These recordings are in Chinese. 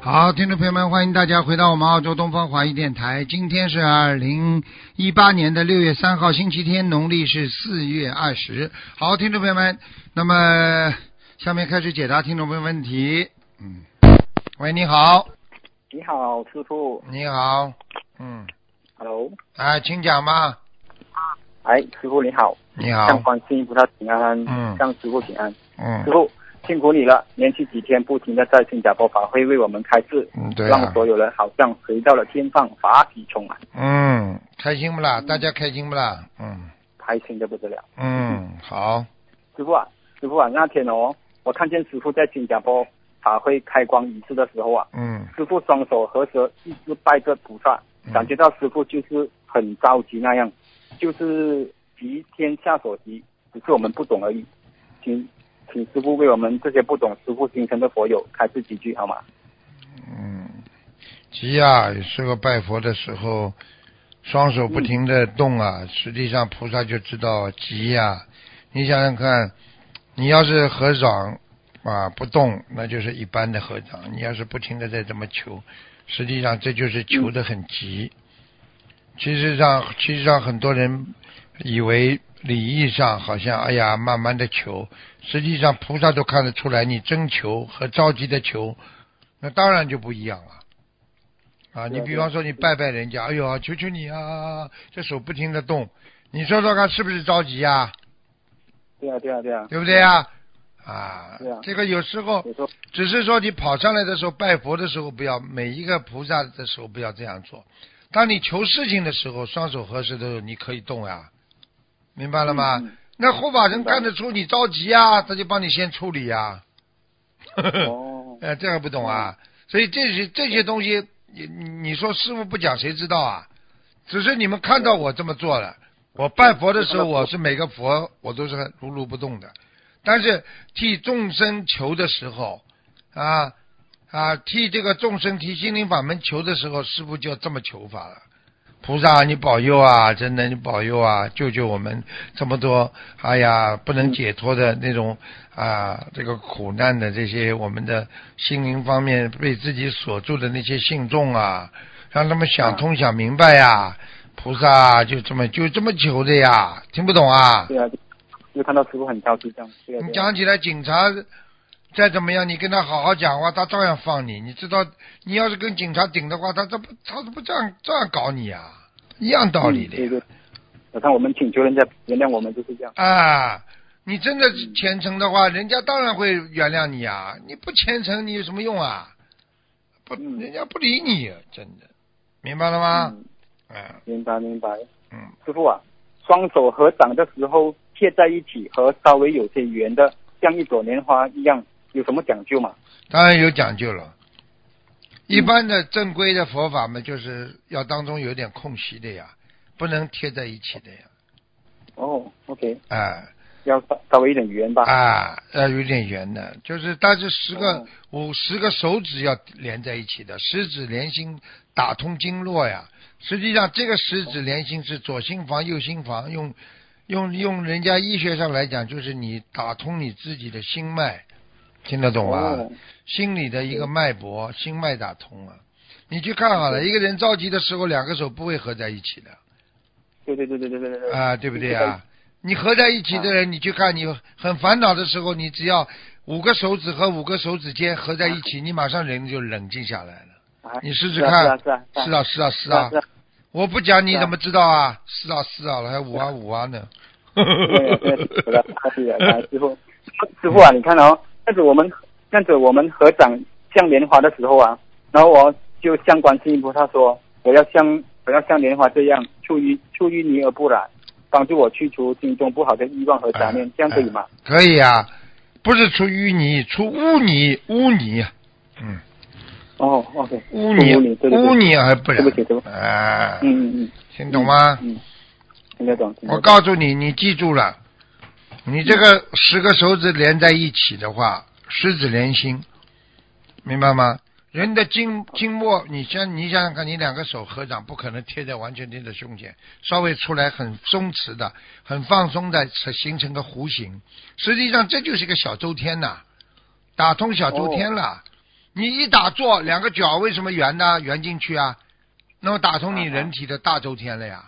好，听众朋友们，欢迎大家回到我们澳洲东方华语电台。今天是二零一八年的六月三号，星期天，农历是四月二十。好，听众朋友们，那么下面开始解答听众朋友问题。嗯，喂，你好，你好，师傅。你好，嗯， Hello，哎，请讲吧。哎，师傅你好，你向好，观世音菩萨请安，嗯向师傅请安。嗯师傅，辛苦你了，连续几天不停的在新加坡法会为我们开示，嗯，对让啊，所有人好像回到了天上，法喜充满，嗯，开心不啦？大家开心不啦？嗯开心的不得了。嗯，好，师傅啊，师傅啊，那天哦，我看见师傅在新加坡法会开光仪式的时候啊，嗯师傅双手合十，一直拜着菩萨，嗯感觉到师傅就是很着急那样，就是急天下所急，只是我们不懂而已。请请师傅为我们这些不懂师傅心声的佛友开示几句好吗？嗯，急啊，有时候拜佛的时候，双手不停的动啊，实际上菩萨就知道急呀、你想想看，你要是合掌啊不动，那就是一般的合掌；你要是不停的在这么求，实际上这就是求的很急。其实上，其实上很多人以为礼义上好像哎呀慢慢的求，实际上菩萨都看得出来，你真求和着急的求，那当然就不一样了。啊，对你啊比对啊方说你拜拜人家，哎呦啊，求求你啊，这手不停的动，你说说看是不是着急呀、对啊对啊对啊，对不对呀、啊？对啊这个有时候你说只是说你跑上来的时候拜佛的时候不要，每一个菩萨的时候不要这样做。当你求事情的时候，双手合十的时候，你可以动呀、明白了吗？嗯嗯那护法神明白看得出你着急呀、他就帮你先处理呀、，哦 呃，这还不懂啊？所以这些这些东西，你你你说师傅不讲谁知道啊？只是你们看到我这么做了。我拜佛的时候，我是每个佛我都是很如如不动的，但是替众生求的时候，啊啊，替这个众生替心灵法门求的时候，师傅就这么求法了。菩萨，你保佑啊！真的，你保佑啊！救救我们这么多，哎呀，不能解脱的那种啊，这个苦难的这些我们的心灵方面被自己锁住的那些信众啊，让他们啊想通想明白呀、菩萨就这么就这么求的呀，听不懂啊？对啊，就看到师傅很着急这样，对啊你对啊，讲起来，警察再怎么样，你跟他好好讲话，他照样放你。你知道，你要是跟警察顶的话，他这不他不这样这样搞你啊，一样道理的嗯对呀。对，我看我们请求人家原谅我们就是这样，啊，你真的是虔诚的话，人家当然会原谅你啊。你不虔诚，你有什么用啊？不，嗯人家不理你，啊真的，明白了吗？嗯，嗯明白明白。嗯，师傅啊，双手合掌的时候贴在一起和稍微有些圆的，像一朵莲花一样，有什么讲究吗？当然有讲究了。一般的正规的佛法嘛，就是要当中有点空隙的呀，不能贴在一起的呀。哦，OK，啊要稍稍微一点圆吧。啊，要有点圆的，就是但是十个哦五、十个手指要连在一起的，十指连心打通经络呀。实际上，这个十指连心是左心房、右心房，用用用人家医学上来讲，就是你打通你自己的心脉，听得懂吗？哦，心里的一个脉搏，心脉打通了。你去看好了，一个人着急的时候，两个手不会合在一起的。对对对对对对对对。啊，对不对就是啊？你合在一起的人，你去看，你很烦恼的时候，你只要五个手指和五个手指尖合在一起，你马上人就冷静下来了。在？哎你试试是啊看是啊是啊啊，是啊，是是啊啊是。啊。我不讲你是啊怎么知道啊？是啊，是啊，还五啊五啊呢。对对对对对对对对师傅，师傅啊，你看哦，但是我们但是我们合掌像莲花的时候啊，然后我就像观世音菩萨说，我要像我要像莲花这样，出淤出淤泥而不染，帮助我去除心中不好的欲望和杂念，这样可以吗？可以啊，不是出淤泥，出污泥，污泥，嗯，哦，OK，污泥，污泥对对对污泥还不然对不起对不。起啊，嗯嗯嗯，听懂吗？嗯，听得懂。听得懂我告诉你，你记住了，你这个十个手指连在一起的话，十指连心，明白吗？人的经经脉，你想你想想看，你两个手合掌，不可能贴在完全贴在胸前，稍微出来很松弛的、很放松的，形成个弧形。实际上这就是个小周天呐、打通小周天了。你一打坐，两个脚为什么圆呢？圆进去啊，那么打通你人体的大周天了呀。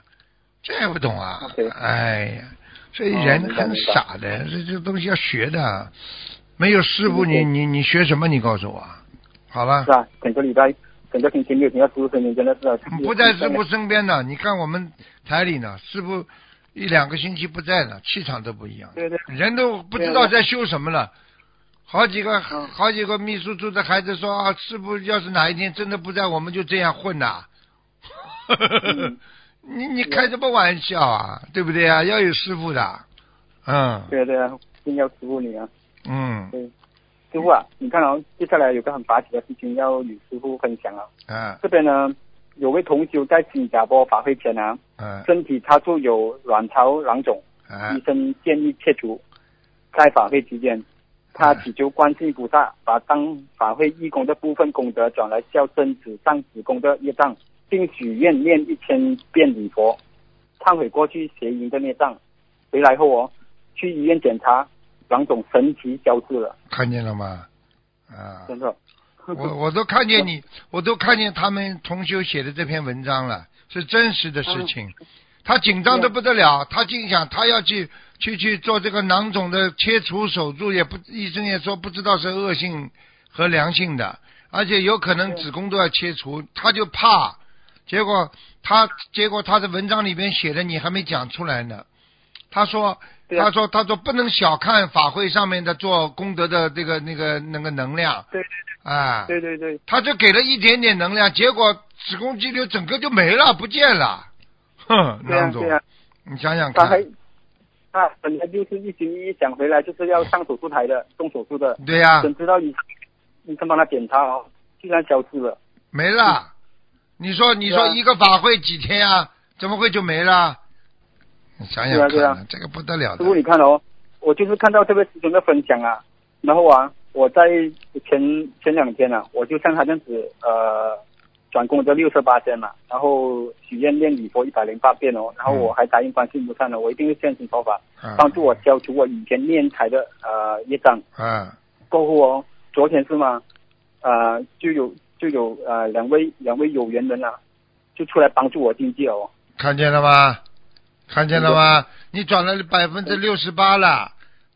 这也不懂啊 OK 哎呀，所以哦人明白很明白傻的，这这东西要学的。没有师傅，你对你你学什么？你告诉我，好了是。啊，整个礼拜，整个星期没有听到师傅声音，真的是啊不在师傅身边呢，你看我们台里呢，师傅一两个星期不在呢，气场都不一样，对对啊嗯人都不知道在修什么了。好几个好几个秘书处的孩子说啊，师傅要是哪一天真的不在，我们就这样混呐、嗯 你你开什么玩笑啊？对不对啊？要有师傅的，嗯对对啊，一定要师傅你啊，嗯对，师傅啊，你看哦，接下来有个很拔起的事情要与师傅分享啊。啊这边呢，有位同修在新加坡法会前啊，啊身体擦出有卵巢囊肿，啊医！生建议切除。在法会期间，他祈求观世音菩萨把当法会义工的部分功德转来孝顺子上子宫的业障，并许愿念一千遍礼佛，忏悔过去邪淫的孽障。回来后哦，去医院检查，囊肿神奇消失了，看见了吗？啊！真的。 我我都看见你，我都看见他们同修写的这篇文章了，是真实的事情。他紧张的不得了，他竟想他要去去去做这个囊肿的切除手术，也不医生也说不知道是恶性和良性的，而且有可能对子宫都要切除，他就怕。结果他结果他的文章里面写的你还没讲出来呢，他说对啊他说他说不能小看法会上面的做功德的这个那个那个能量对啊，对对对，他就给了一点点能量，结果子宫肌瘤整个就没了，不见了。哼，对啊囊对总，啊，你想想他看还，他本来就是一心一意想回来就是要上手术台的，动手术的，对呀、怎知道医生医生帮他检查哦，居然消失了。没了。你说，你说嗯对啊一个法会几天啊？怎么会就没了？你想想看、对啊对这个不得了师傅，的。你看哦，我就是看到这位师兄的分享啊，然后啊，我在前前两天啊，我就像他这样子呃，转功德六十八天嘛，然后许愿念礼佛一百零八遍哦，然后我还答应观世音菩萨呢，我一定会现身说法，嗯帮助我消除我以前念财的呃业障。嗯过后哦，昨天是吗？呃，就有就有呃两位两位有缘人啊，就出来帮助我经济哦。看见了吗？看见了吗？你转了百分之六十八了，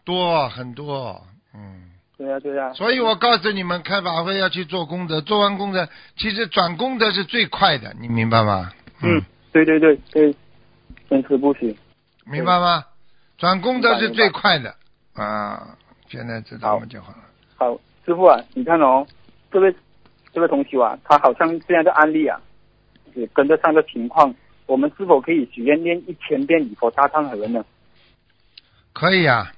多很多。嗯。对啊，对啊。所以我告诉你们，开法会要去做功德，做完功德，其实转功德是最快的，你明白吗？嗯，对对对对，真是不行。明白吗？转功德是明白最快的啊！现在知道了就好了。好，师傅啊，你看哦，这位这位同学啊，他好像这样的案例啊，也跟得上的情况，我们是否可以许愿念一千遍以佛大忏悔文呢可以啊，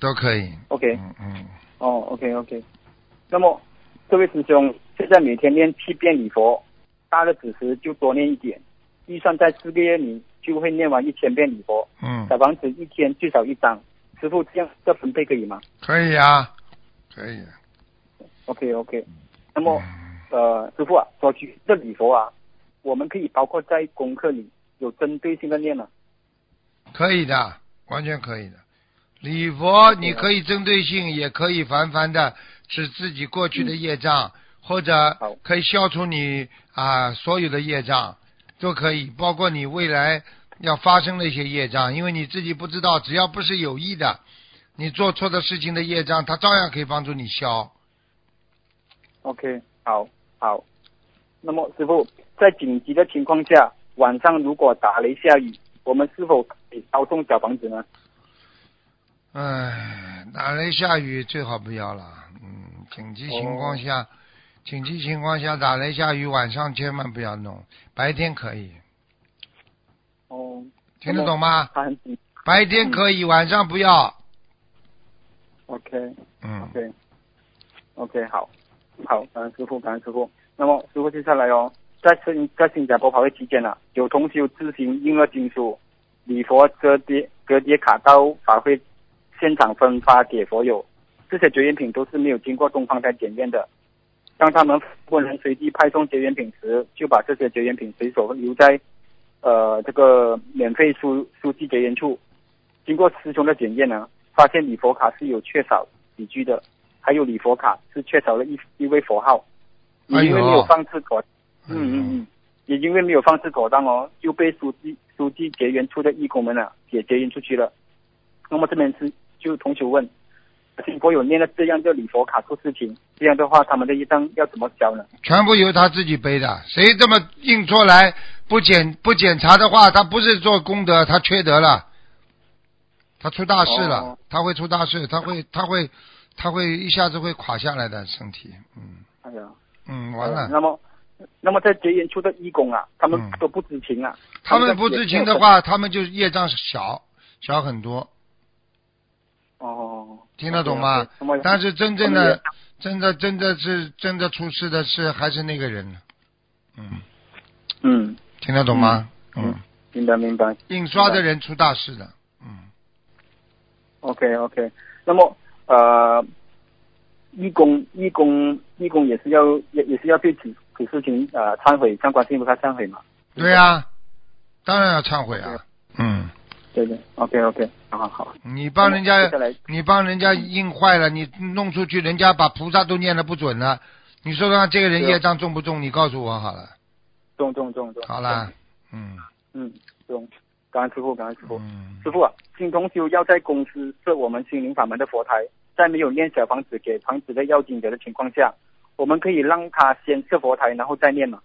都可以。 ？OK，嗯嗯，哦，OK OK。那么这位师兄现在每天念七遍礼佛，大的子时就多念一点，预算在四个月里就会念完一千遍礼佛，嗯小，房子一天最少一张。师傅这样这分配可以吗可以啊，可以。啊？OK OK。那么嗯呃，师傅啊，说起这礼佛啊，我们可以包括在功课里有针对性的念吗？可以的，完全可以的。礼佛你可以针对性，也可以凡凡的指自己过去的业障，或者好可以消除你啊、所有的业障，都可以，包括你未来要发生的一些业障，因为你自己不知道，只要不是有意的，你做错的事情的业障，它照样可以帮助你消。 OK，好，好。那么师傅，在紧急的情况下，晚上如果打雷下雨，我们是否可以烧送小房子呢？唉，打雷下雨最好不要了。嗯，紧急情况下，哦紧急情况下打雷下雨，晚上千万不要弄，白天可以，哦，听得懂吗？他很紧。白天可以，晚上不要。 OK，OK，、嗯， OK，好，好，感恩师傅，感恩师傅。那么师傅接下来哦，在新在新加坡跑会期间呢、有同修自行印了经书《礼佛折叠折叠卡》到法会现场分发给佛友。这些绝缘品都是没有经过东方台检验的。当他们不能随机派送绝缘品时，就把这些绝缘品随手留在呃这个免费书书记结缘处。经过师兄的检验呢，发现礼佛卡是有缺少几句的，还有礼佛卡是缺少了一一位佛号，也哎呦因为没有放置妥，嗯哎呦嗯嗯，也因为没有放置妥当哦，就被书记书记结缘处的义工们啊给结缘出去了。那么这边是就同学问，请佛友念了这样的礼佛卡做事情，这样的话他们的业障要怎么消呢？全部由他自己背的。谁这么硬出来不检不检查的话，他不是做功德，他缺德了，他出大事了，哦他会出大事，他会他会他会一下子会垮下来的身体，嗯哎呀，嗯，完呃了。那么，那么在结缘处的义工啊，他们嗯都不知情啊。他在们不知情的，话，他们就业障小小很多，哦，听得懂吗 OK，OK，那么？但是真正他们业的障真的真的是真的出事的是还是那个人呢，嗯，嗯，听得懂吗？嗯嗯，明白明白。印刷的人出大事的，嗯。 OK OK，那么呃，义工义工义工也是要也也是要对此此事情呃忏悔，向观世音菩萨忏悔嘛。对呀、当然要忏悔啊。嗯，对对，OK OK，好好好。你帮那人么家接下来，你帮人家印坏了，你弄出去，人家把菩萨都念的不准了，你说让这个人对啊业障重不重？你告诉我好了，中中中中。好啦，嗯嗯，中。感恩师傅，感恩师傅。嗯师，傅啊，新同修要在公司设我们心灵法门的佛台，在没有念小房子给房子的要紧者的情况下，我们可以让他先设佛台，然后再念吗？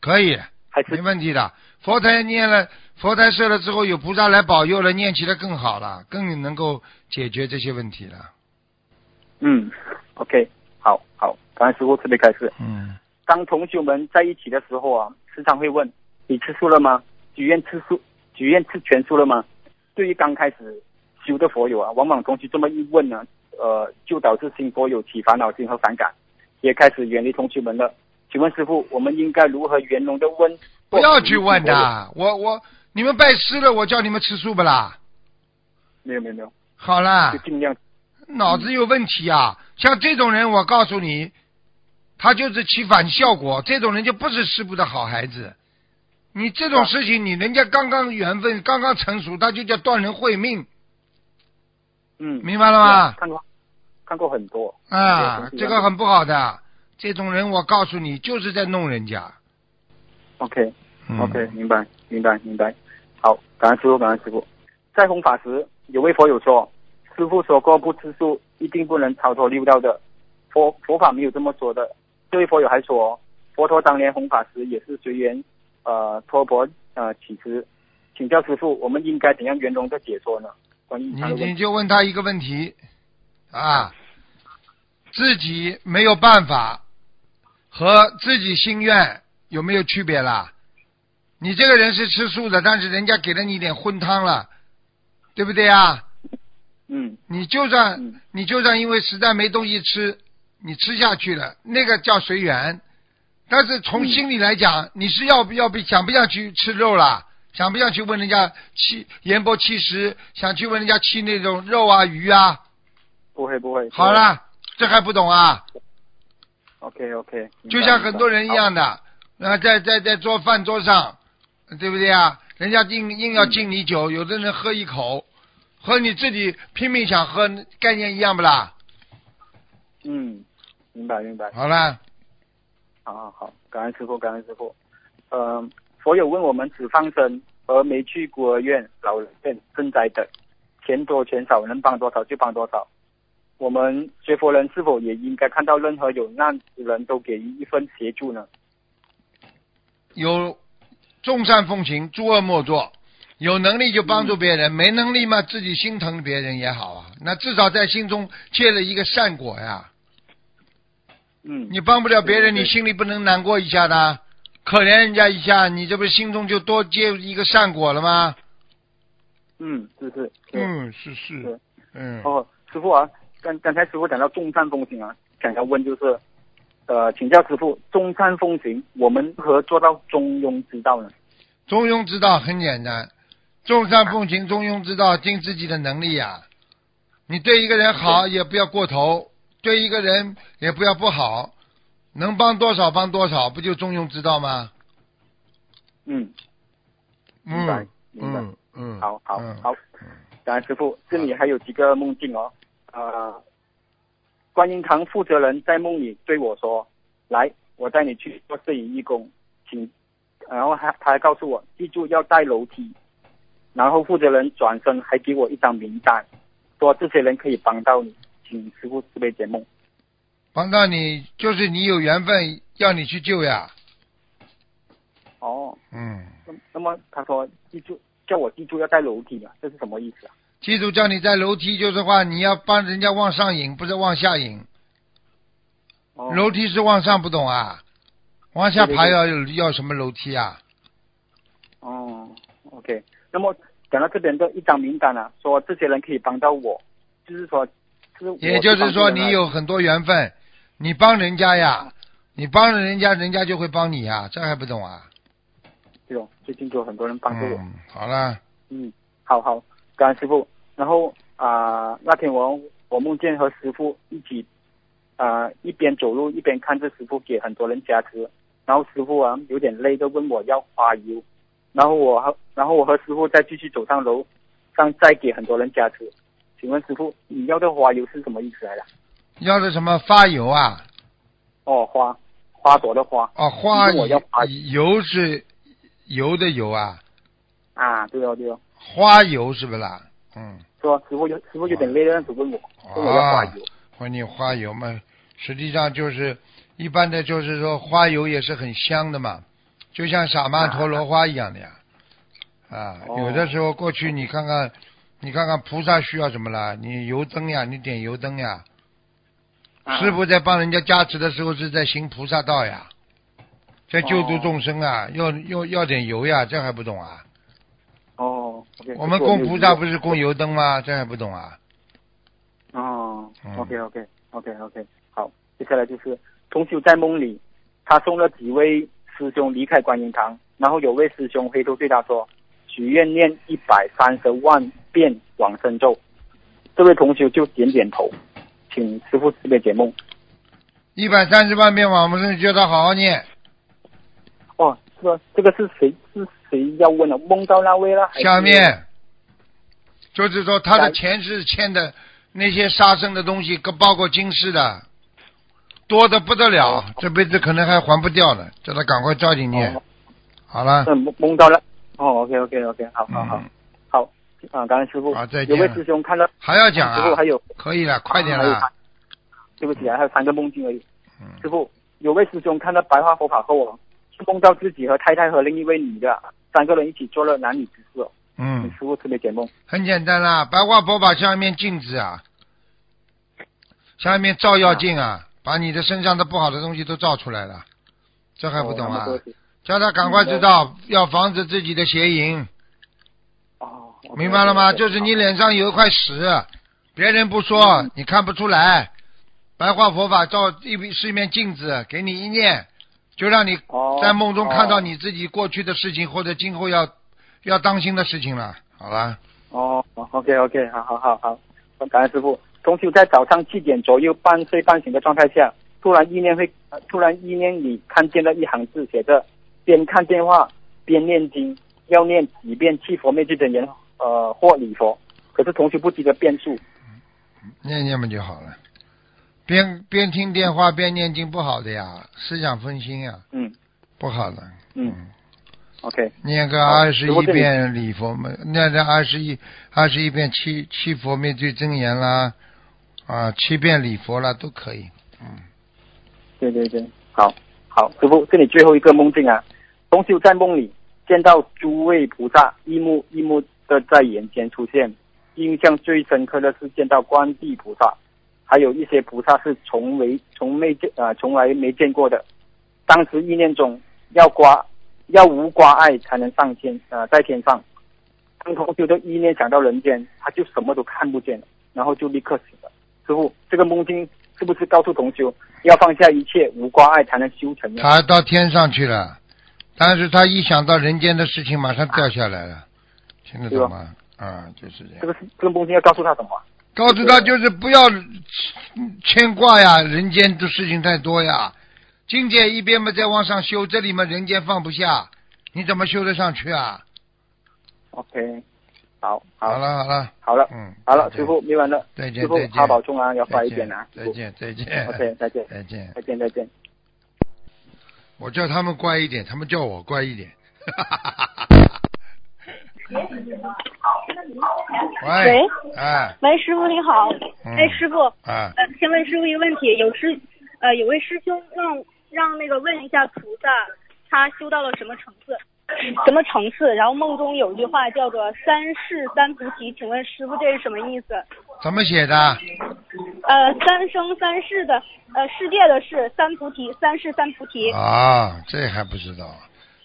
可以，还没是问题的。佛台念了，佛台设了之后，有菩萨来保佑了，念起来更好了，更能够解决这些问题了。嗯，OK，好好，感恩师傅特别开始。嗯，当同修们在一起的时候啊，时常会问：“你吃素了吗？许愿吃素，许愿吃全素了吗？”对于刚开始修的佛友啊，往往同修这么一问呢，呃，就导致新佛友起烦恼心和反感，也开始远离同修们了。请问师傅，我们应该如何圆融的问？不要去问。的，我我你们拜师了，我叫你们吃素不啦？没有没有没有，好啦，就尽量脑子有问题啊！像这种人，我告诉你，他就是起反效果。这种人就不是师傅的好孩子。你这种事情，你人家刚刚缘分刚刚成熟，他就叫断人慧命，嗯，明白了吗？看过看过很多，啊，对这个很不好的。这种人，我告诉你，就是在弄人家。 OK。嗯 OK，明白，明白，明白。好，感恩师傅，感恩师傅。在弘法时，有位佛友说，师傅说过不吃素一定不能超脱六道的，佛佛法没有这么说的。这位佛友还说，佛陀当年弘法时也是随缘呃托钵呃乞食。请教师傅，我们应该怎样圆融的解说呢？关于你他的问你题，就问他一个问题啊，自己没有办法和自己心愿有没有区别啦？你这个人是吃素的，但是人家给了你一点荤汤了，对不对啊？嗯你就算嗯你就算因为实在没东西吃，你吃下去了，那个叫随缘。但是从嗯心里来讲，你是要不要不想不想去吃肉啦？想不想去问人家七言波七十？想去问人家七那种肉啊鱼啊？不会不会。好啦，这还不懂啊？ ，OK OK，就像很多人一样的，啊，在在在做饭桌上，对不对啊？人家硬硬要敬你酒，有的人喝一口，和你自己拼命想喝，概念一样不啦？嗯，明白明白。好啦。好啊好好，感恩师傅，感恩师傅。嗯、佛友问我们只放生而没去孤儿院、老人院、赈灾等，钱多钱少能帮多少就帮多少。我们学佛人是否也应该看到任何有难之人都给予一份协助呢？有众善奉行，诸恶莫作。有能力就帮助别人，嗯没能力嘛，自己心疼别人也好啊。那至少在心中结了一个善果呀。嗯，你帮不了别对人，对你心里不能难过一下的啊，可怜人家一下，你这不是心中就多结一个善果了吗？嗯，是是是。嗯，是是是，嗯，哦，师傅啊，刚刚才师傅讲到众善奉行啊，想要问就是，呃，请教师傅，众善奉行，我们如何做到中庸之道呢？中庸之道很简单，众善奉行，中庸之道，尽自己的能力呀、你对一个人好也不要过头，对一个人也不要不好，能帮多少帮多少，不就中庸之道吗？嗯，明白嗯，明白。嗯嗯，好好嗯好，感恩师傅。这里还有几个梦境哦，呃，观音堂负责人在梦里对我说：“来，我带你去做摄影义工，请。”然后他他还告诉我，记住要带楼梯。然后负责人转身还给我一张名单，说这些人可以帮到你，请师傅慈悲解梦。帮到你就是你有缘分，要你去救呀。哦，嗯，那那么他说记住叫我记住要带楼梯啊，这是什么意思啊？记住叫你在楼梯，就是话你要帮人家往上引，不是往下引。哦，楼梯是往上，不懂啊？往下对对爬对要要什么楼梯啊？哦，OK。那么讲到这边的一张名单啊，说这些人可以帮到我，就是说，就是我也就是说，你有很多缘分，你帮人家呀，你帮了人家，人家就会帮你呀，这还不懂啊？这种最近就有很多人帮助我。嗯，好了，嗯，好好，感恩师傅。然后啊、那天我我梦见和师傅一起啊、一边走路一边看着师傅给很多人加持，然后师傅啊有点累，就问我要花油，然后我和然后我和师傅再继续走上楼，上再给很多人加持。请问师傅，你要的花油是什么意思来的？要是什么发油啊？哦，花花朵的花哦，花你问我要发油是油的油啊，啊，对哦对哦。花油是不啦？嗯，说师傅有师傅有点累了，就问我问我要花啊油。，或你花油嘛，实际上就是一般的，就是说花油也是很香的嘛，就像傻曼陀罗花一样的呀。啊，哦有的时候过去你看看，你看看菩萨需要什么啦？你油灯呀，你点油灯呀。啊师傅在帮人家加持的时候是在行菩萨道呀，在救度众生啊，要要要点油呀，这还不懂啊？哦，OK，我们这个供没有菩萨听过不是供油灯吗？这还不懂啊？哦嗯，OK OK OK OK，好，接下来就是同修在梦里，他送了几位师兄离开观音堂，然后有位师兄回头对他说：“许愿念一百三十万遍往生咒。”这位同修就点点头，请师傅慈悲解梦。一百三十万遍往生咒，叫他好好念。哦，是吧？这个是谁是谁要问的？梦到那位了？还是下面就是说他的前世欠的那些杀生的东西，跟包括今世的，多的不得了，这辈子可能还还不掉呢，叫他赶快抓紧念哦。好了，嗯，梦梦到了。哦，OK OK OK，好好好、嗯，好，啊，感恩师傅。好再见有位师兄看到还要讲师傅啊还，有可以了，快点啊还有了三。对不起啊，还有三个梦境而已。嗯师傅，有位师兄看到白话佛法后哦，就梦到自己和太太和另一位女的三个人一起做了男女之事哦。请嗯师，傅特别解梦。很简单啦，白话佛法像一面镜子啊，像一面照妖镜啊，把你的身上的不好的东西都照出来了，这还不懂哦啊那么？多叫他赶快知道，要防止自己的邪淫。哦，OK，明白了吗？对就是你脸上有一块屎，别人不说嗯，你看不出来。白话佛法照一面是一面镜子，给你一念，就让你哦在梦中看到哦你自己过去的事情，或者今后要要当心的事情了。好了，哦，OK OK，好好好好，感恩师傅。同修在早上七点左右半睡半醒的状态下，突然意念会，呃突然意念里看见了一行字，写着边看电话边念经，要念几遍七佛灭罪真言，呃，或礼佛。可是同修不记得遍数，念念嘛就好了。边边听电话边念经不好的呀，思想分心呀，嗯不好的。嗯，OK，念个好二十如果一这里遍礼佛嘛，念个二十一二十一遍七七佛灭罪真言啦，啊，七遍礼佛啦都可以。对对对，好，好，师傅，这里最后一个梦境啊，同修在梦里见到诸位菩萨一幕一幕的在眼前出现，印象最深刻的是见到观地菩萨，还有一些菩萨是从没从没见啊、从来没见过的。当时意念中要刮要无刮碍才能上天啊、在天上。当同修的意念想到人间，他就什么都看不见了，然后就立刻醒了。师傅，这个梦境是不是告诉同修要放下一切，无挂碍才能修成呢？他到天上去了，但是他一想到人间的事情，马上掉下来了，听得懂吗？啊，就是这这样。个是这个梦境要告诉他什么啊？告诉他就是不要牵牵挂呀，人间的事情太多呀。境界一边嘛在往上修，这里嘛人间放不下，你怎么修得上去啊？ OK，好，好好，了好了，好了，嗯，好了，再见师傅，明白了，再见师傅再见好保重啊，要快一点啊，再见再见师傅。，OK，再见，再见。再见，再见。我叫他们乖一点，他们叫我乖 一点。喂，哎，喂，师傅你好。嗯哎，师傅，哎，呃先问师傅一个问题，有师呃有位师兄让让那个问一下菩萨，他修到了什么层次？什么层次？然后梦中有一句话叫做“三世三菩提”，请问师傅这是什么意思？怎么写的？呃，三生三世的呃世界的世，三菩提，三世三菩提。啊，这还不知道。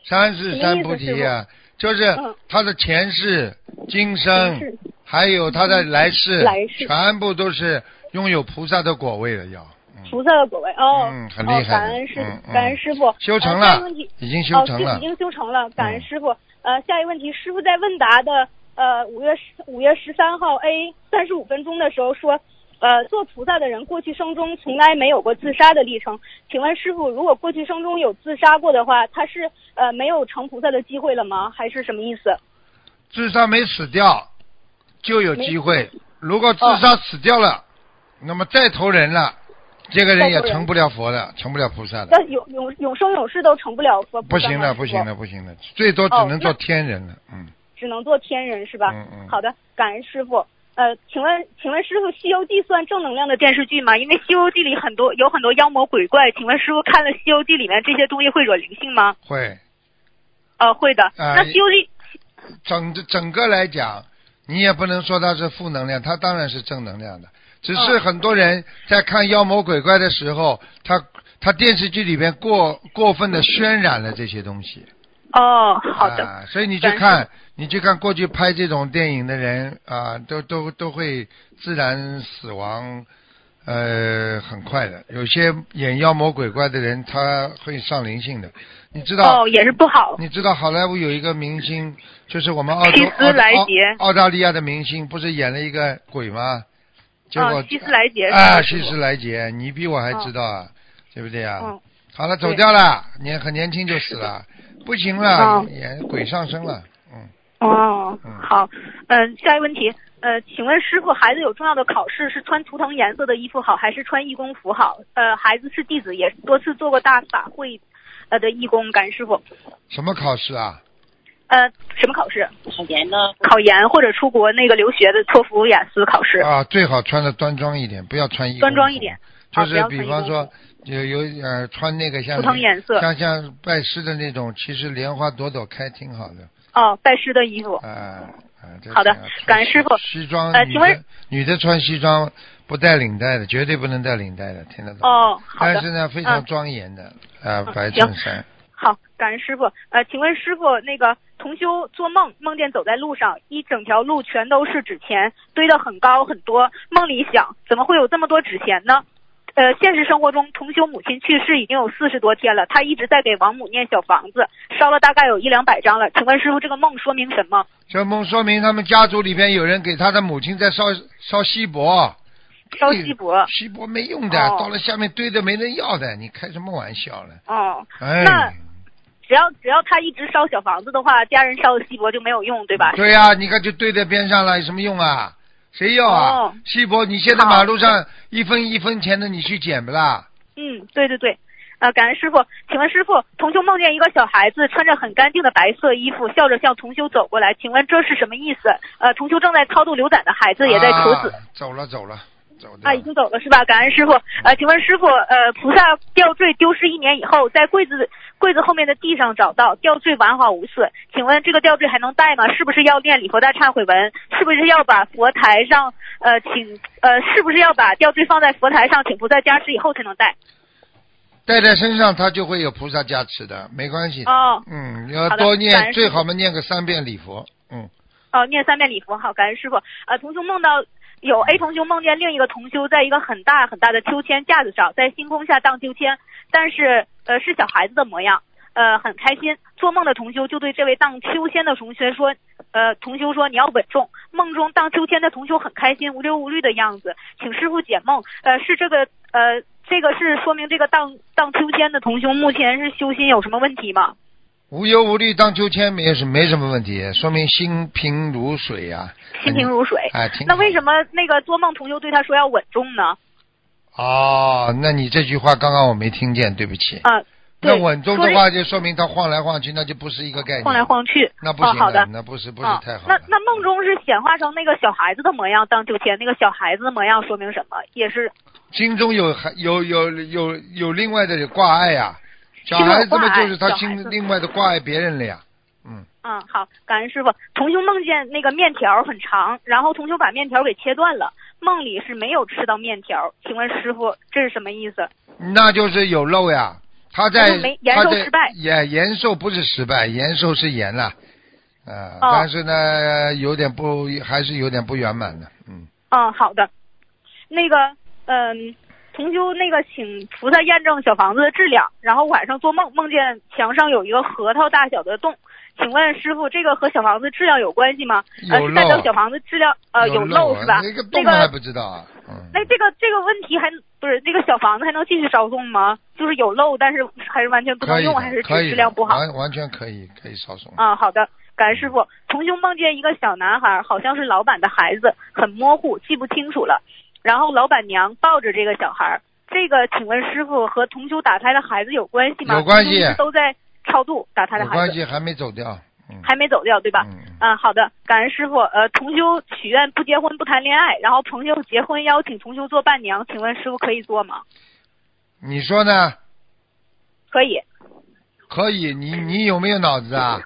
三世三菩提呀、就是嗯他的前世、今三生，世还有他的来世，来世全部都是拥有菩萨的果位的要。菩萨的果位哦，嗯很厉害的哦、感恩师、嗯嗯感恩师傅，修成呃下一了个问题，已经修成哦，了已。经修成了，感嗯恩师傅。呃，下一个问题，师傅在问答的呃五月十五月十三号 A 三十五分钟的时候说，呃，做菩萨的人过去生中从来没有过自杀的历程。请问师傅，如果过去生中有自杀过的话，他是呃没有成菩萨的机会了吗？还是什么意思？自杀没死掉，就有机会；如果自杀死掉了，那么再投人了，这个人也再投人成不了佛的，成不了菩萨的，那永永永生永世都成不了佛，不行的，不行，的，不行的，最多只哦能那做天人了。嗯，只能做天人是吧？嗯嗯好的，感恩师傅。呃，请问，请问师傅，《西游记》算正能量的电视剧吗？因为《西游记》里很多有很多妖魔鬼怪，请问师傅看了《西游记》里面这些东西会惹灵性吗？会呃，会的。呃那《西游记》整整个来讲，你也不能说它是负能量，它当然是正能量的。只是嗯很多人在看妖魔鬼怪的时候，他他电视剧里边过过分的渲染了这些东西。哦，好的，啊，所以你去但是看，你去看过去拍这种电影的人啊，都都都会自然死亡，呃，很快的。有些演妖魔鬼怪的人，他会上灵性的。你知道，哦，也是不好。你知道好莱坞有一个明星，就是我们澳洲希斯莱澳杰澳澳大利亚的明星，不是演了一个鬼吗？结果、哦，希斯莱杰哦是吧。啊，师希傅斯莱杰，你比我还知道啊，对不对啊？嗯好了，走对掉了，你很年轻就死了，不行了，哦也鬼上身了，嗯，哦嗯，好，嗯、下一个问题，呃，请问师傅，孩子有重要的考试，是穿图腾颜色的衣服好，还是穿义工服好？呃，孩子是弟子，也多次做过大法会，呃的义工，感恩师傅。什么考试啊？呃，什么考试？考研呢，考研或者出国那个留学的托福、雅思考试？啊，最好穿的端庄一点，不要穿义工端庄服一点，就啊不是要比穿义方工说有有呃穿那个像图腾颜色像像拜师的那种，其实莲花朵朵开挺好的哦，拜师的衣服。啊啊。这好的个穿感恩师傅西装呃女请问的女的穿西装不带领带的，绝对不能带领带的，听得懂吗？哦，好的。但是呢，非常嗯庄严的，啊，嗯白行衬衫。好，感恩师傅。呃，请问师傅，那个同修做梦，梦见走在路上，一整条路全都是纸钱，堆得很高很多。梦里想，怎么会有这么多纸钱呢？呃，现实生活中，同修母亲去世已经有四十多天了，她一直在给王母念小房子，烧了大概有一两百张了。请问师傅，这个梦说明什么？这梦说明他们家族里边有人给他的母亲在烧烧锡箔，烧锡箔。锡箔没用的，哦到了下面堆的没人要的，你开什么玩笑呢？哦，那哎，只要只要他一直烧小房子的话，家人烧的锡箔就没有用，对吧？对呀、你看就堆在边上了，有什么用啊？谁要啊哦？锡箔，你现在好马路上一分一分钱的，你去捡不啦？嗯，对对对。呃，感恩师傅，请问师傅，同修梦见一个小孩子穿着很干净的白色衣服，笑着向同修走过来，请问这是什么意思？呃，同修正在超度流产的孩子，也在求子啊走了走了走掉啊，了已经走了是吧？感恩师傅。呃，请问师傅，呃，菩萨吊坠丢失一年以后，在柜子柜子后面的地上找到，吊坠完好无损。请问这个吊坠还能戴吗？是不是要念礼佛大忏悔文？是不是要把佛台上呃请呃是不是要把吊坠放在佛台上，请菩萨加持以后才能戴？带在身上，它就会有菩萨加持的，没关系的。哦嗯，你要好的多感念，恩最师父好嘛念个三遍礼佛。嗯，哦，念三遍礼佛，好，感恩师傅。呃，同修梦到有 A 同修梦见另一个同修在一个很大很大的秋千架子上，在星空下荡秋千，但是呃是小孩子的模样，呃很开心。做梦的同修就对这位荡秋千的同学说，呃，同修说你要稳重。梦中荡秋千的同修很开心，无忧无虑的样子，请师傅解梦。呃，是这个呃，这个是说明这个荡荡秋千的同修目前是修心有什么问题吗？无忧无虑荡秋千没是没什么问题，说明心平如水呀、心平如水。哎，挺那为什么？么那个做梦同修对他说要稳重呢？哦，那你这句话刚刚我没听见，对不起。啊，那对稳重的话，就说明他晃来晃去，那就不是一个概念。晃来，晃去。那不行哦好的那不是不是啊，太好了。那那梦中是显化成那个小孩子的模样，荡秋千那个小孩子的模样说明什么？也是心中有还有有有有另外的挂碍呀、小心中有孩子挂嘛，碍就是他小孩心子另外的挂碍别人了呀。嗯，嗯，好，感恩师傅。同修梦见那个面条很长，然后同修把面条给切断了，梦里是没有吃到面条。请问师傅这是什么意思？那就是有漏呀。他在那就没延寿他在失败延延寿不是失败，延寿是延了，呃，哦但是呢，有点不还是有点不圆满的，嗯。嗯，好的。那个，嗯，同修那个请菩萨验证小房子的质量，然后晚上做梦梦见墙上有一个核桃大小的洞，请问师傅这个和小房子质量有关系吗？呃，有是代表漏啊小房子质量呃有漏啊是吧？那个那洞还个不知道啊。嗯。那这个这个问题还不是那个小房子还能继续烧送吗？就是有漏，但是还是完全不可能以的用，还是可以质量的不好？完完全可以，可以少送。啊，好的，感恩师傅。重修梦见一个小男孩，好像是老板的孩子，很模糊，记不清楚了。然后老板娘抱着这个小孩，这个请问师傅和同修打胎的孩子有关系吗？有关系同修一直都在超度打胎的有孩关子，系还没走掉，嗯，还没走掉，对吧？嗯嗯嗯，好的，感恩师傅。呃，同修许愿不结婚不谈恋爱，然后朋友结婚邀请同修做伴娘，请问师傅可以做吗？你说呢？可以可以，你你有没有脑子啊？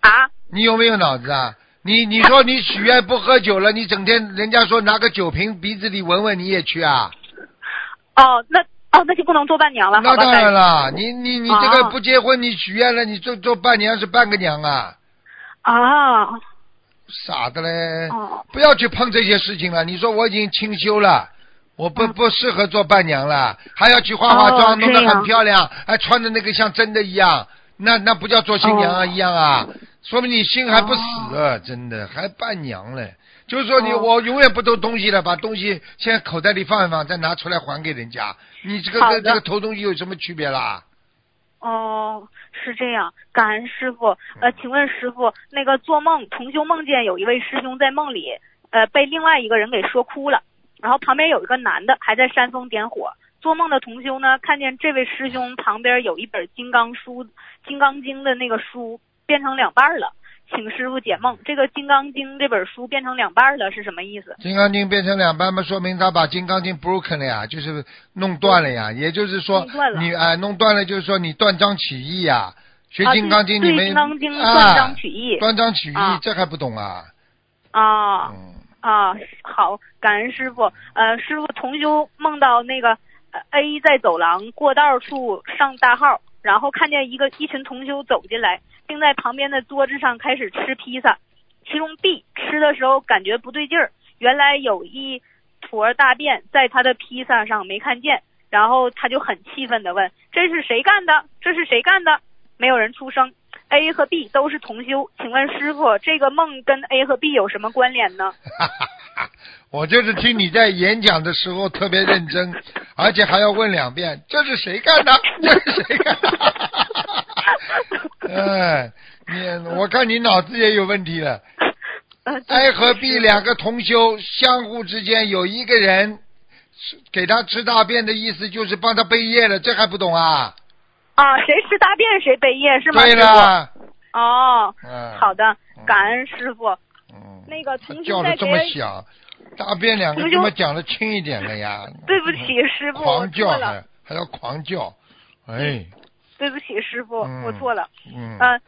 啊？你有没有脑子啊？你你说你许愿不喝酒了，你整天人家说拿个酒瓶鼻子里闻闻，你也去啊？哦，那哦，那就不能做伴娘了，那好吧？当感然恩了，你你你这啊个不结婚，你许愿了，你做做伴娘是半个娘啊，啊，哦傻的嘞！哦不要去碰这些事情了。你说我已经清修了，我不、不适合做伴娘了，还要去化化妆，嗯哦弄得这样很漂亮，还穿的那个像真的一样，那那不叫做新娘啊、哦一样啊，说明你心还不死，啊真的还伴娘嘞。就是说你、哦我永远不偷东西了，把东西先口袋里放一放，再拿出来还给人家。你这个好跟的这个偷东西有什么区别啦？哦，是这样，感恩师傅。呃，嗯请问师傅，那个做梦同修梦见有一位师兄在梦里，呃，被另外一个人给说哭了，然后旁边有一个男的还在煽风点火。做梦的同修呢，看见这位师兄旁边有一本《金刚书》《金刚经》的那个书变成两半儿了，请师傅解梦。这个《金刚经》这本书变成两半儿了是什么意思？金刚经变成两半嘛，说明他把金刚经 broken 了呀，就是弄断了呀。也就是说嗯弄断，了你哎、弄断了，就是说你断章取义呀。学金刚经啊、对你对没《金刚经》断啊章取义断章取义啊，这还不懂啊？啊嗯， 啊，好，感恩师傅。呃，师傅同修梦到那个呃 A 在走廊过道处上大号，然后看见一个一群同修走进来，并在旁边的桌子上开始吃披萨。其中 B 吃的时候感觉不对劲儿，原来有一坨大便在他的披萨上没看见，然后他就很气愤的问：“这是谁干的？这是谁干的？”没有人出声。A 和 B 都是同修，请问师傅，这个梦跟 A 和 B 有什么关联呢？我就是听你在演讲的时候特别认真，而且还要问两遍，这是谁干 的？这是谁干的？ 哎，你我看你脑子也有问题了。 呃，这 A 和 B 两个同修，相互之间有一个人是给他吃大便的意思，就是帮他背业了，这还不懂啊？啊，谁吃大便谁背业是吗？对师了，傅。哦，嗯，好的嗯，感恩师傅。嗯，那个同叫修的在这给么响，大便两个同这修么讲的轻一点了呀。对不起师傅，我嗯狂叫错还了，还要狂叫，哎，对不起师傅，嗯我错了。嗯，呃，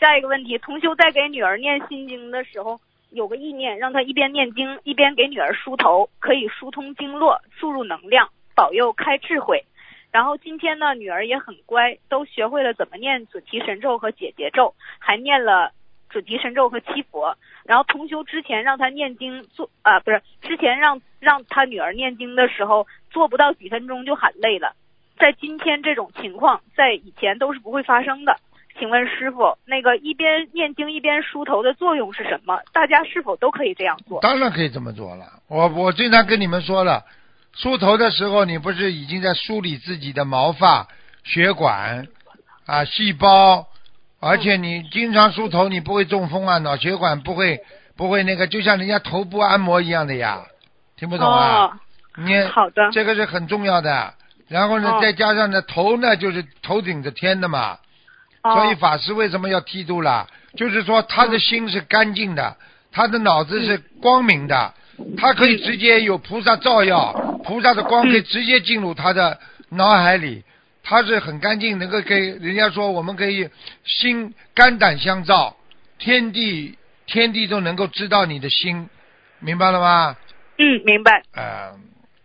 下一个问题，同修在给女儿念心经的时候，有个意念让她一边念经一边给女儿梳头，可以疏通经络，注入能量，保佑开智慧。然后今天呢，女儿也很乖，都学会了怎么念准提神咒和解结咒，还念了准提神咒和七佛。然后同修之前让她念经做啊、不是之前让让她女儿念经的时候，做不到几分钟就喊累了。在今天这种情况，在以前都是不会发生的。请问师傅，那个一边念经一边梳头的作用是什么？大家是否都可以这样做？当然可以这么做了。我我经常跟你们说了，梳头的时候，你不是已经在梳理自己的毛发、血管啊、细胞，嗯而且你经常梳头，你不会中风啊，脑血管不会不会那个，就像人家头部按摩一样的呀，听不懂啊？哦，你好的，这个是很重要的。然后呢，哦再加上呢，头呢就是头顶着天的嘛，所以哦，法师为什么要剃度啦？就是说他的心是干净的，他的脑子是光明的，他可以直接有菩萨照耀，菩萨的光可以直接进入他的脑海里，他是很干净，能够给人家说我们可以心肝胆相照，天地天地都能够知道你的心，明白了吗？嗯，明白。呃，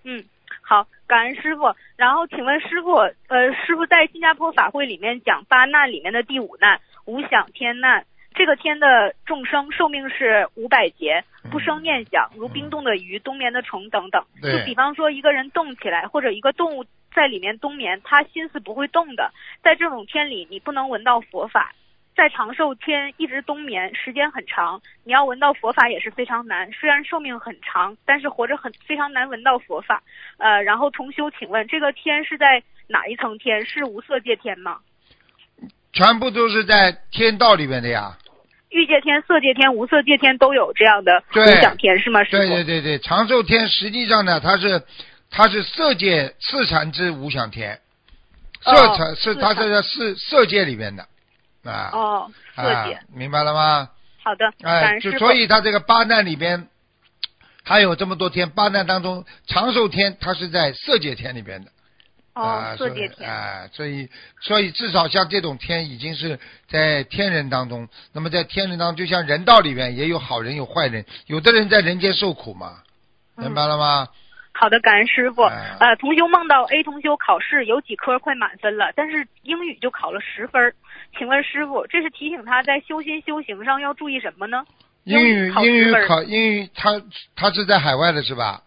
嗯，好，感恩师傅。然后请问师傅，呃，师傅在新加坡法会里面讲八难里面的第五难无想天难，这个天的众生寿命是五百劫，不生念想，如冰冻的鱼、冬眠的虫等等。就对比方说一个人冻起来，或者一个动物在里面冬眠，他心思不会动的，在这种天里，你不能闻到佛法。在长寿天一直冬眠，时间很长，你要闻到佛法也是非常难。虽然寿命很长，但是活着很非常难闻到佛法。呃，然后重修，请问这个天是在哪一层天？是无色界天吗？全部都是在天道里面的呀。欲界天、色界天、无色界天都有这样的对无想天是吗？师傅，对对对对，长寿天实际上呢，它是它是色界四禅之五想天，哦色禅、是四它禅是在色色界里面的啊、哦，色啊界，，明白了吗？好的，感哎，恩就师傅。所以它这个八难里边，还有这么多天，八难当中长寿天它是在色界天里边的哦啊，，色所以界天，啊，所以所以至少像这种天已经是在天人当中，那么在天人当中，就像人道里面也有好人有坏人，有的人在人间受苦嘛，嗯明白了吗？好的，感恩师傅。哎呃，同修梦到 A 同修考试有几科快满分了，但是英语就考了十分儿。请问师傅，这是提醒他在修心修行上要注意什么呢？英语考英试语本儿考英语，他他是在海外的是吧？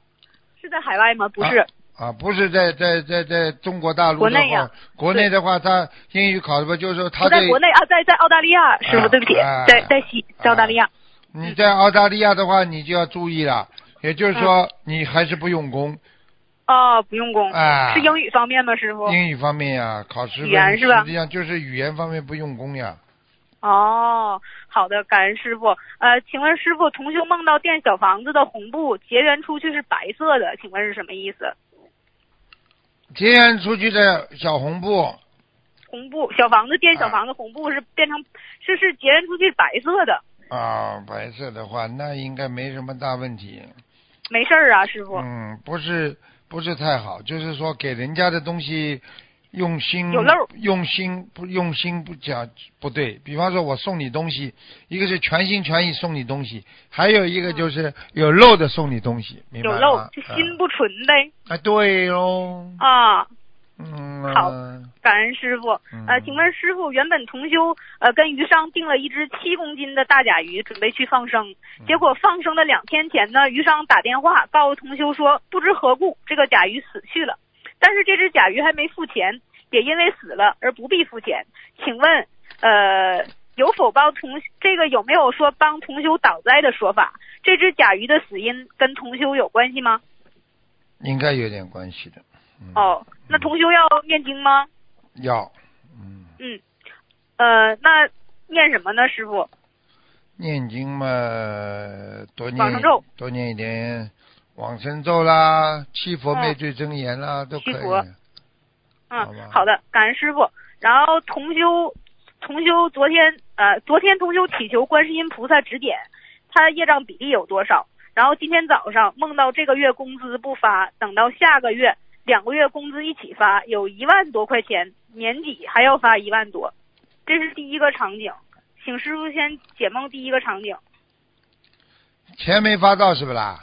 是在海外吗？不是，啊，不是在在在在中国大陆国的内话呀，国内的话，他英语考的吧，就是说他不在国内啊，在在澳大利亚。师啊傅，对不起，啊在在西，在澳大利亚。你在澳大利亚的话，你就要注意了，也嗯就是说你还是不用功哦，不用功。啊。是英语方面吗，师傅？英语方面呀，考试语言是吧实际上就是语言方面不用功呀。哦，好的，感恩师傅。呃，请问师傅，同修梦到垫小房子的红布结缘出去是白色的，请问是什么意思？结缘出去的小红布，红布小房哎子垫小房子，红布是变成是是结缘出去白色的，啊，白色的话，那应该没什么大问题。没事儿啊，师傅。嗯，不是不是太好，就是说给人家的东西用心有漏儿用心不用心不讲不对。比方说，我送你东西，一个是全心全意送你东西，还有一个就是有漏的送你东西，明白有吗？漏，就嗯心不纯呗。啊，对喽，啊，嗯，好啊感恩师傅。嗯呃，请问师傅，原本同修呃跟鱼商订了一只七公斤的大甲鱼，准备去放生，结果放生的两天前呢，鱼商打电话告诉同修说，不知何故这个甲鱼死去了，但是这只甲鱼还没付钱，也因为死了而不必付钱。请问，呃，有否帮同这个有没有说帮同修挡灾的说法？这只甲鱼的死因跟同修有关系吗？应该有点关系的。嗯、，哦，那同修要念经吗？要，嗯，呃，那念什么呢，师傅？念经嘛，多往念生咒多念一点往生咒啦，七佛灭嗯罪真言啦，都可七以。佛好吧嗯，好的，感恩师傅。然后同修，同修昨天呃，昨天同修祈求观世音菩萨指点，他业障比例有多少？然后今天早上梦到这个月工资不发，等到下个月两个月工资一起发，有一万多块钱，年底还要发一万多，这是第一个场景，请师傅先解梦第一个场景。钱没发到是不啦？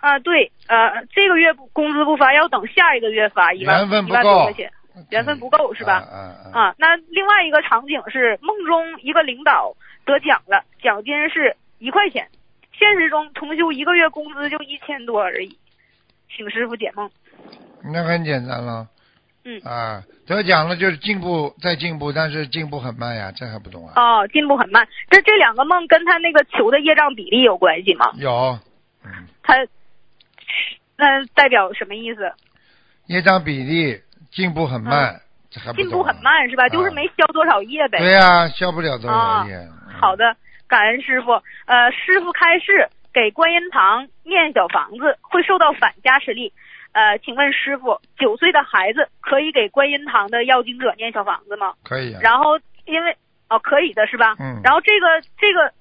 啊，对，呃，这个月不工资不发，要等下一个月发一万，缘分一不万够多块钱，缘分不够是吧？嗯嗯。啊，那另外一个场景是梦中一个领导得奖了，奖金是一块钱，现实中同修一个月工资就一千多而已，请师傅解梦。那很简单了，嗯啊，得奖了就是进步再进步，但是进步很慢呀，这还不懂啊？哦，进步很慢。这这两个梦跟他那个球的业障比例有关系吗？有，嗯，他那代表什么意思？业障比例进步很慢，这还不懂啊嗯进步很慢是吧？就是没消多少业呗。哦对呀、消不了多少业。嗯好，的，感恩师傅。呃，师傅开示给观音堂念小房子会受到反加持力。呃，请问师傅，九岁的孩子可以给观音堂的要经者念小房子吗？可以啊。然后因为哦，可以的是吧？嗯然后这个这个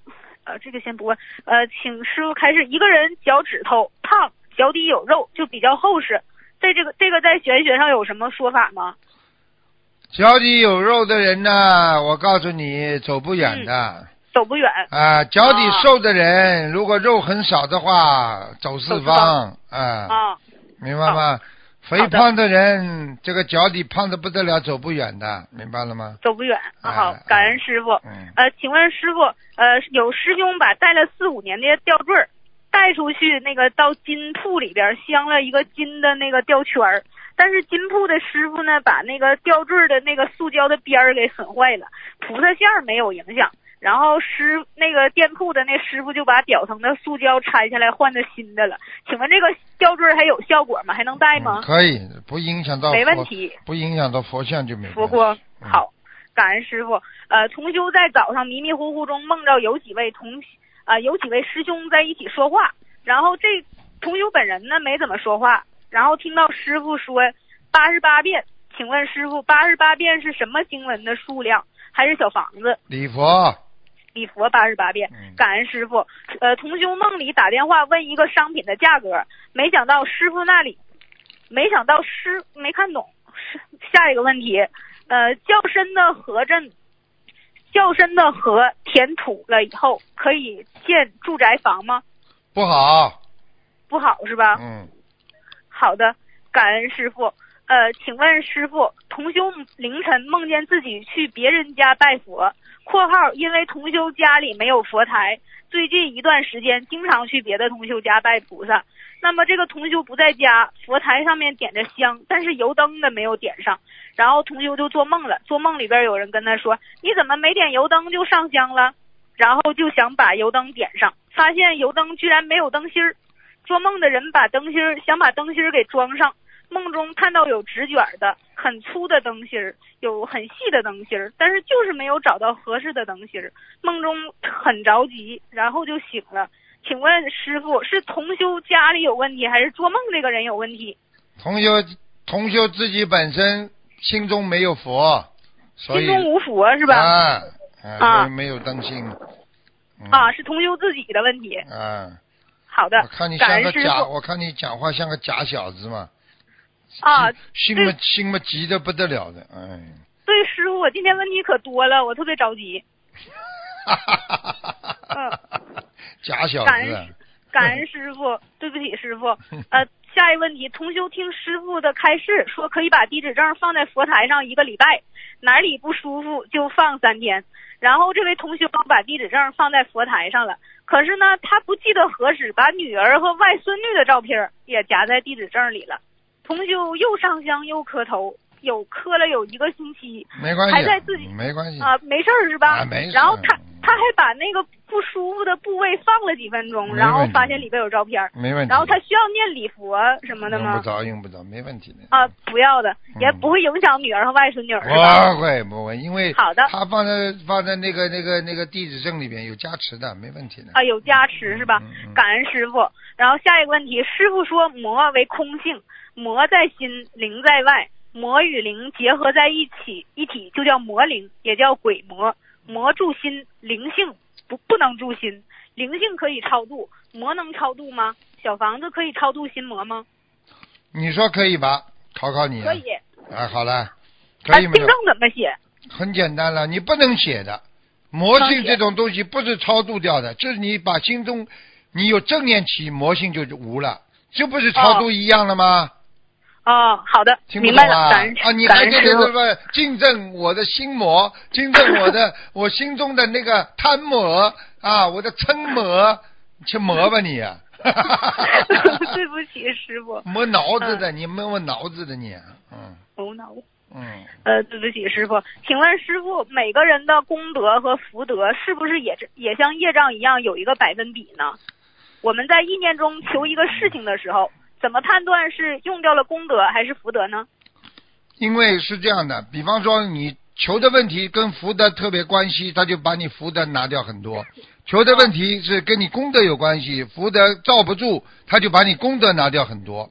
呃，这个先不问。呃，请师傅开始，一个人脚趾头胖，脚底有肉，就比较厚实。在这个这个在玄学上有什么说法吗？脚底有肉的人呢，我告诉你，走不远的、走不远，啊。脚底啊瘦的人，如果肉很少的话，走走四四方方啊，啊，明白吗？肥好的胖的人，这个脚底胖的不得了，走不远的，明白了吗？走不远。啊、好哎，感恩师傅。嗯，呃，请问师傅，呃，有师兄把戴了四五年的吊坠儿带出去，那个到金铺里边儿镶了一个金的那个吊圈儿，但是金铺的师傅呢，把那个吊坠儿的那个塑胶的边儿给损坏了，菩萨像儿没有影响。然后师那个店铺的那师傅就把表层的塑胶拆下来换的新的了。请问这个吊坠儿还有效果吗？还能戴吗嗯？可以，不影响到没问佛，题。不影响到佛像就没佛关光系。嗯好，感恩师傅。呃，同修在早上迷迷糊糊中梦到有几位同啊、有几位师兄在一起说话，然后这同修本人呢没怎么说话，然后听到师傅说八十八遍，请问师傅八十八遍是什么经文的数量？还是小房子礼佛，礼佛八十八遍？嗯，感恩师傅。呃，同修梦里打电话问一个商品的价格，没想到师傅那里，没想到师没看懂。是下一个问题，呃，较深的河镇，较深的河填土了以后，可以建住宅房吗？不好，不好是吧？嗯，好的，感恩师傅。呃，请问师傅，同修凌晨梦见自己去别人家拜佛（括号因为同修家里没有佛台，最近一段时间经常去别的同修家拜菩萨）。那么这个同修不在家，佛台上面点着香，但是油灯呢没有点上。然后同修就做梦了，做梦里边有人跟他说：“你怎么没点油灯就上香了？”然后就想把油灯点上，发现油灯居然没有灯芯儿。做梦的人把灯芯儿想把灯芯儿给装上，梦中看到有纸卷儿的、很粗的灯芯儿，有很细的灯芯儿，但是就是没有找到合适的灯芯儿。梦中很着急，然后就醒了。请问师傅是同修家里有问题，还是做梦这个人有问题？同修同修自己本身心中没有佛，所心以中无佛是吧？啊啊，啊所以没有灯芯。嗯啊，是同修自己的问题。啊，好的我看你，感像恩个师假，傅我看你讲话像个假小子嘛，啊，心对嘛心嘛急的不得了的，哎，对师傅，我今天问题可多了，我特别着急。哈哈哈哈哈哈， 假小嗯感子啊恩师，感恩师傅，对不起师傅。呃，下一问题，同修听师傅的开示说，可以把地址证放在佛台上一个礼拜，哪里不舒服就放三天。然后这位同修把地址证放在佛台上了，可是呢，他不记得何时把女儿和外孙女的照片儿也夹在地址证里了。同修又上香又磕头，有磕了有一个星期，没关还在自系啊嗯己，没关系，啊，没事儿是吧？啊没事然后他嗯他还把那个不舒服的部位放了几分没钟，问题然后发现里边有照片儿。没问题。然后他需要念礼佛什么的用吗嗯不？着，用不着，没问题的。啊，不要的，嗯也不会影响女儿和外孙女儿，是吧？不会不会，因为好的他放在放在那个那个那个地址证里边有加持的，没问题的。啊，有加持是吧嗯嗯？感恩师傅。然后下一个问题，师傅说魔为空性，魔在心，灵在外，魔与灵结合在一起，一体就叫魔灵，也叫鬼魔。魔住心，灵性不不能住心，灵性可以超度，魔能超度吗？小房子可以超度心魔吗？你说可以吧？考考你啊。可以。啊，好了，啊，可以订没有正？怎么写？很简单了，你不能写的。魔不性能写这种东西不是超度掉的，就是你把心中你有正念起，魔性就无了，这不是超度一样了吗？哦，好的，听不明懂白了，啊！感恩啊，你感还恩这师个 什。傅么竞争我的心魔，竞争我的我 心中的那个贪魔啊，我的嗔魔，去魔吧你啊！ 对不起，师傅，没脑子的，你没有脑子的你，嗯头脑。嗯，呃，对不起，师傅，请问师傅，每个人的功德和福德是不是也是也像业障一样有一个百分比呢？我们在意念中求一个事情的时候，怎么判断是用掉了功德还是福德啊呢？因为是这样的，比方说你求的问题跟福德特别关系，他就把你福德拿掉很多；求的问题是跟你功德有关系，福德罩不住，他就把你功德拿掉很多。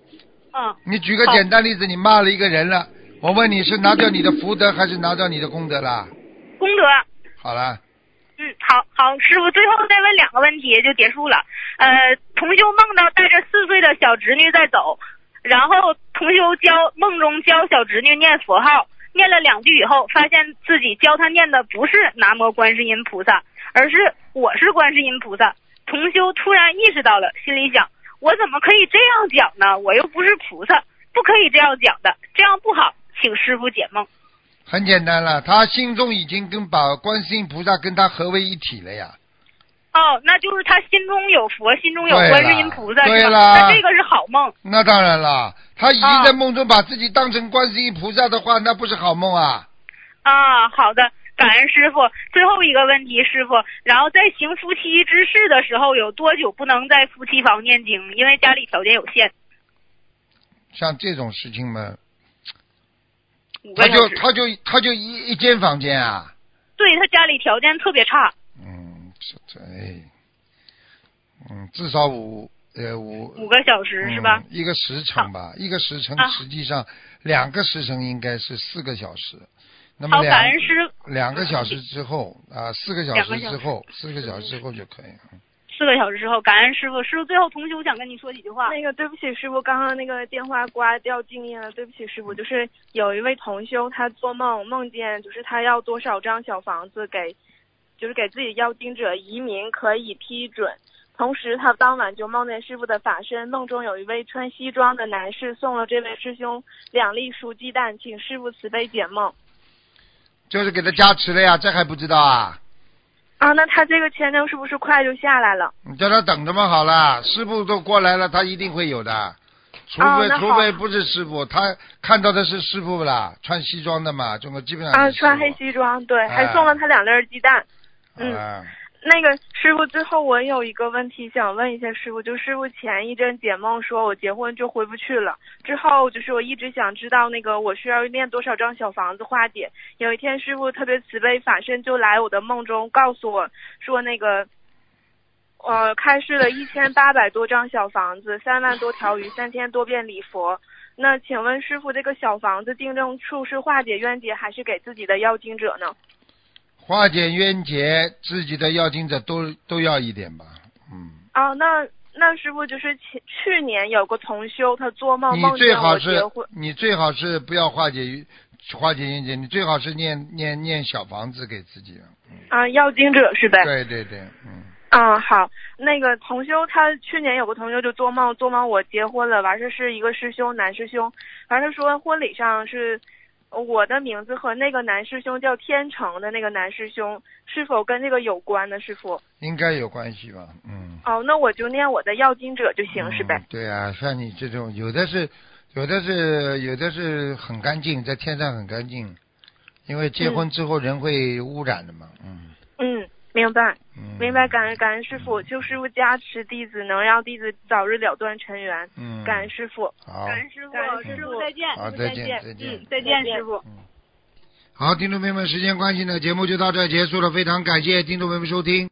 嗯，你举个好简单例子，你骂了一个人了，我问你是拿掉你的福德还是拿掉你的功德啦？功德。啊好了，嗯，好好，师傅，最后再问两个问题就结束了。呃，同修梦到带着四岁的小侄女在走，然后同修教梦中教小侄女念佛号，念了两句以后，发现自己教她念的不是南无观世音菩萨，而是我是观世音菩萨。同修突然意识到了，心里想：我怎么可以这样讲呢？我又不是菩萨，不可以这样讲的，这样不好，请师傅解梦。很简单了，他心中已经跟把观世音菩萨跟他合为一体了呀。哦，那就是他心中有佛，心中有对观世了音菩萨，对是吧？了那这个是好梦。那当然了，他已经啊在梦中把自己当成观世音菩萨的话，那不是好梦啊。啊，好的，感恩师傅。最后一个问题，师傅，然后在行夫妻之事的时候，有多久不能在夫妻房念经？因为家里条件有限，像这种事情嘛，五他个小就时。他就他就一一间房间啊，对他家里条件特别差，嗯，这这，哎嗯，至少五呃五五个小时、是吧嗯？？一个时辰吧，一个时辰啊实际上、两个时辰应该是四个小时，那么好，两感恩师两个小时之后啊，四个小两时个小之后，四个小时之后就可以了。四个小时之后，感恩师傅。师傅，最后同学我想跟你说几句话。那个对不起师傅，刚刚那个电话挂掉静音了，对不起师傅。就是有一位同修，他做梦梦见就是他要多少张小房子给，就是给自己要经者移民可以批准。同时，他当晚就梦见师傅的法身，梦中有一位穿西装的男士送了这位师兄两粒熟鸡蛋，请师傅慈悲解梦。就是嗯给他加持了呀，这还不知道啊？啊，那他这个签证是不是快就下来了？你叫他等着嘛，好了，师傅都过来了，他一定会有的。除哦非、那好除非不是师傅，他看到的是师傅啦，穿西装的嘛，中国基本上啊，是师穿黑傅西装，对，还哎送了他两粒儿鸡蛋。嗯啊，那个师傅，最后我有一个问题想问一下师傅，就师傅前一阵解梦说我结婚就回不去了，之后就是我一直想知道那个我需要念多少张小房子化解。有一天师傅特别慈悲，法身就来我的梦中告诉我说那个。呃，开示了一千八百多张小房子，三万多条鱼，三千多遍礼佛。那请问师傅，这个小房子定正处是化解冤结，还是给自己的要经者呢？化解冤结，自己的要经者都都要一点吧，嗯。哦，那那师傅就是前去年有个同修，他做梦你哦梦最见好我是结婚，你最好是不要化解于化解冤结，你最好是念念念小房子给自己了。啊，要经者是呗？对对对，嗯，嗯，好，那个同修他去年有个同修就做梦，做梦我结婚了，完事是一个师兄，男师兄，完事说婚礼上是我的名字和那个男师兄叫天成的那个男师兄，是否跟这个有关呢？师傅？应该有关系吧，嗯。哦，那我就念我的要经者就行、是呗嗯？对啊，像你这种有的是，有的是有的是很干净，在天上很干净，因为结婚之后人会污染的嘛，嗯嗯，明白。嗯。明白，感恩感恩师傅，求师傅加持弟子，能让弟子早日了断尘缘。嗯。感恩师傅。好。师感恩师傅嗯见好再见再见再再见傅。好，听众朋友们，时间关系呢，节目就到这儿结束了，非常感谢听众朋友们收听。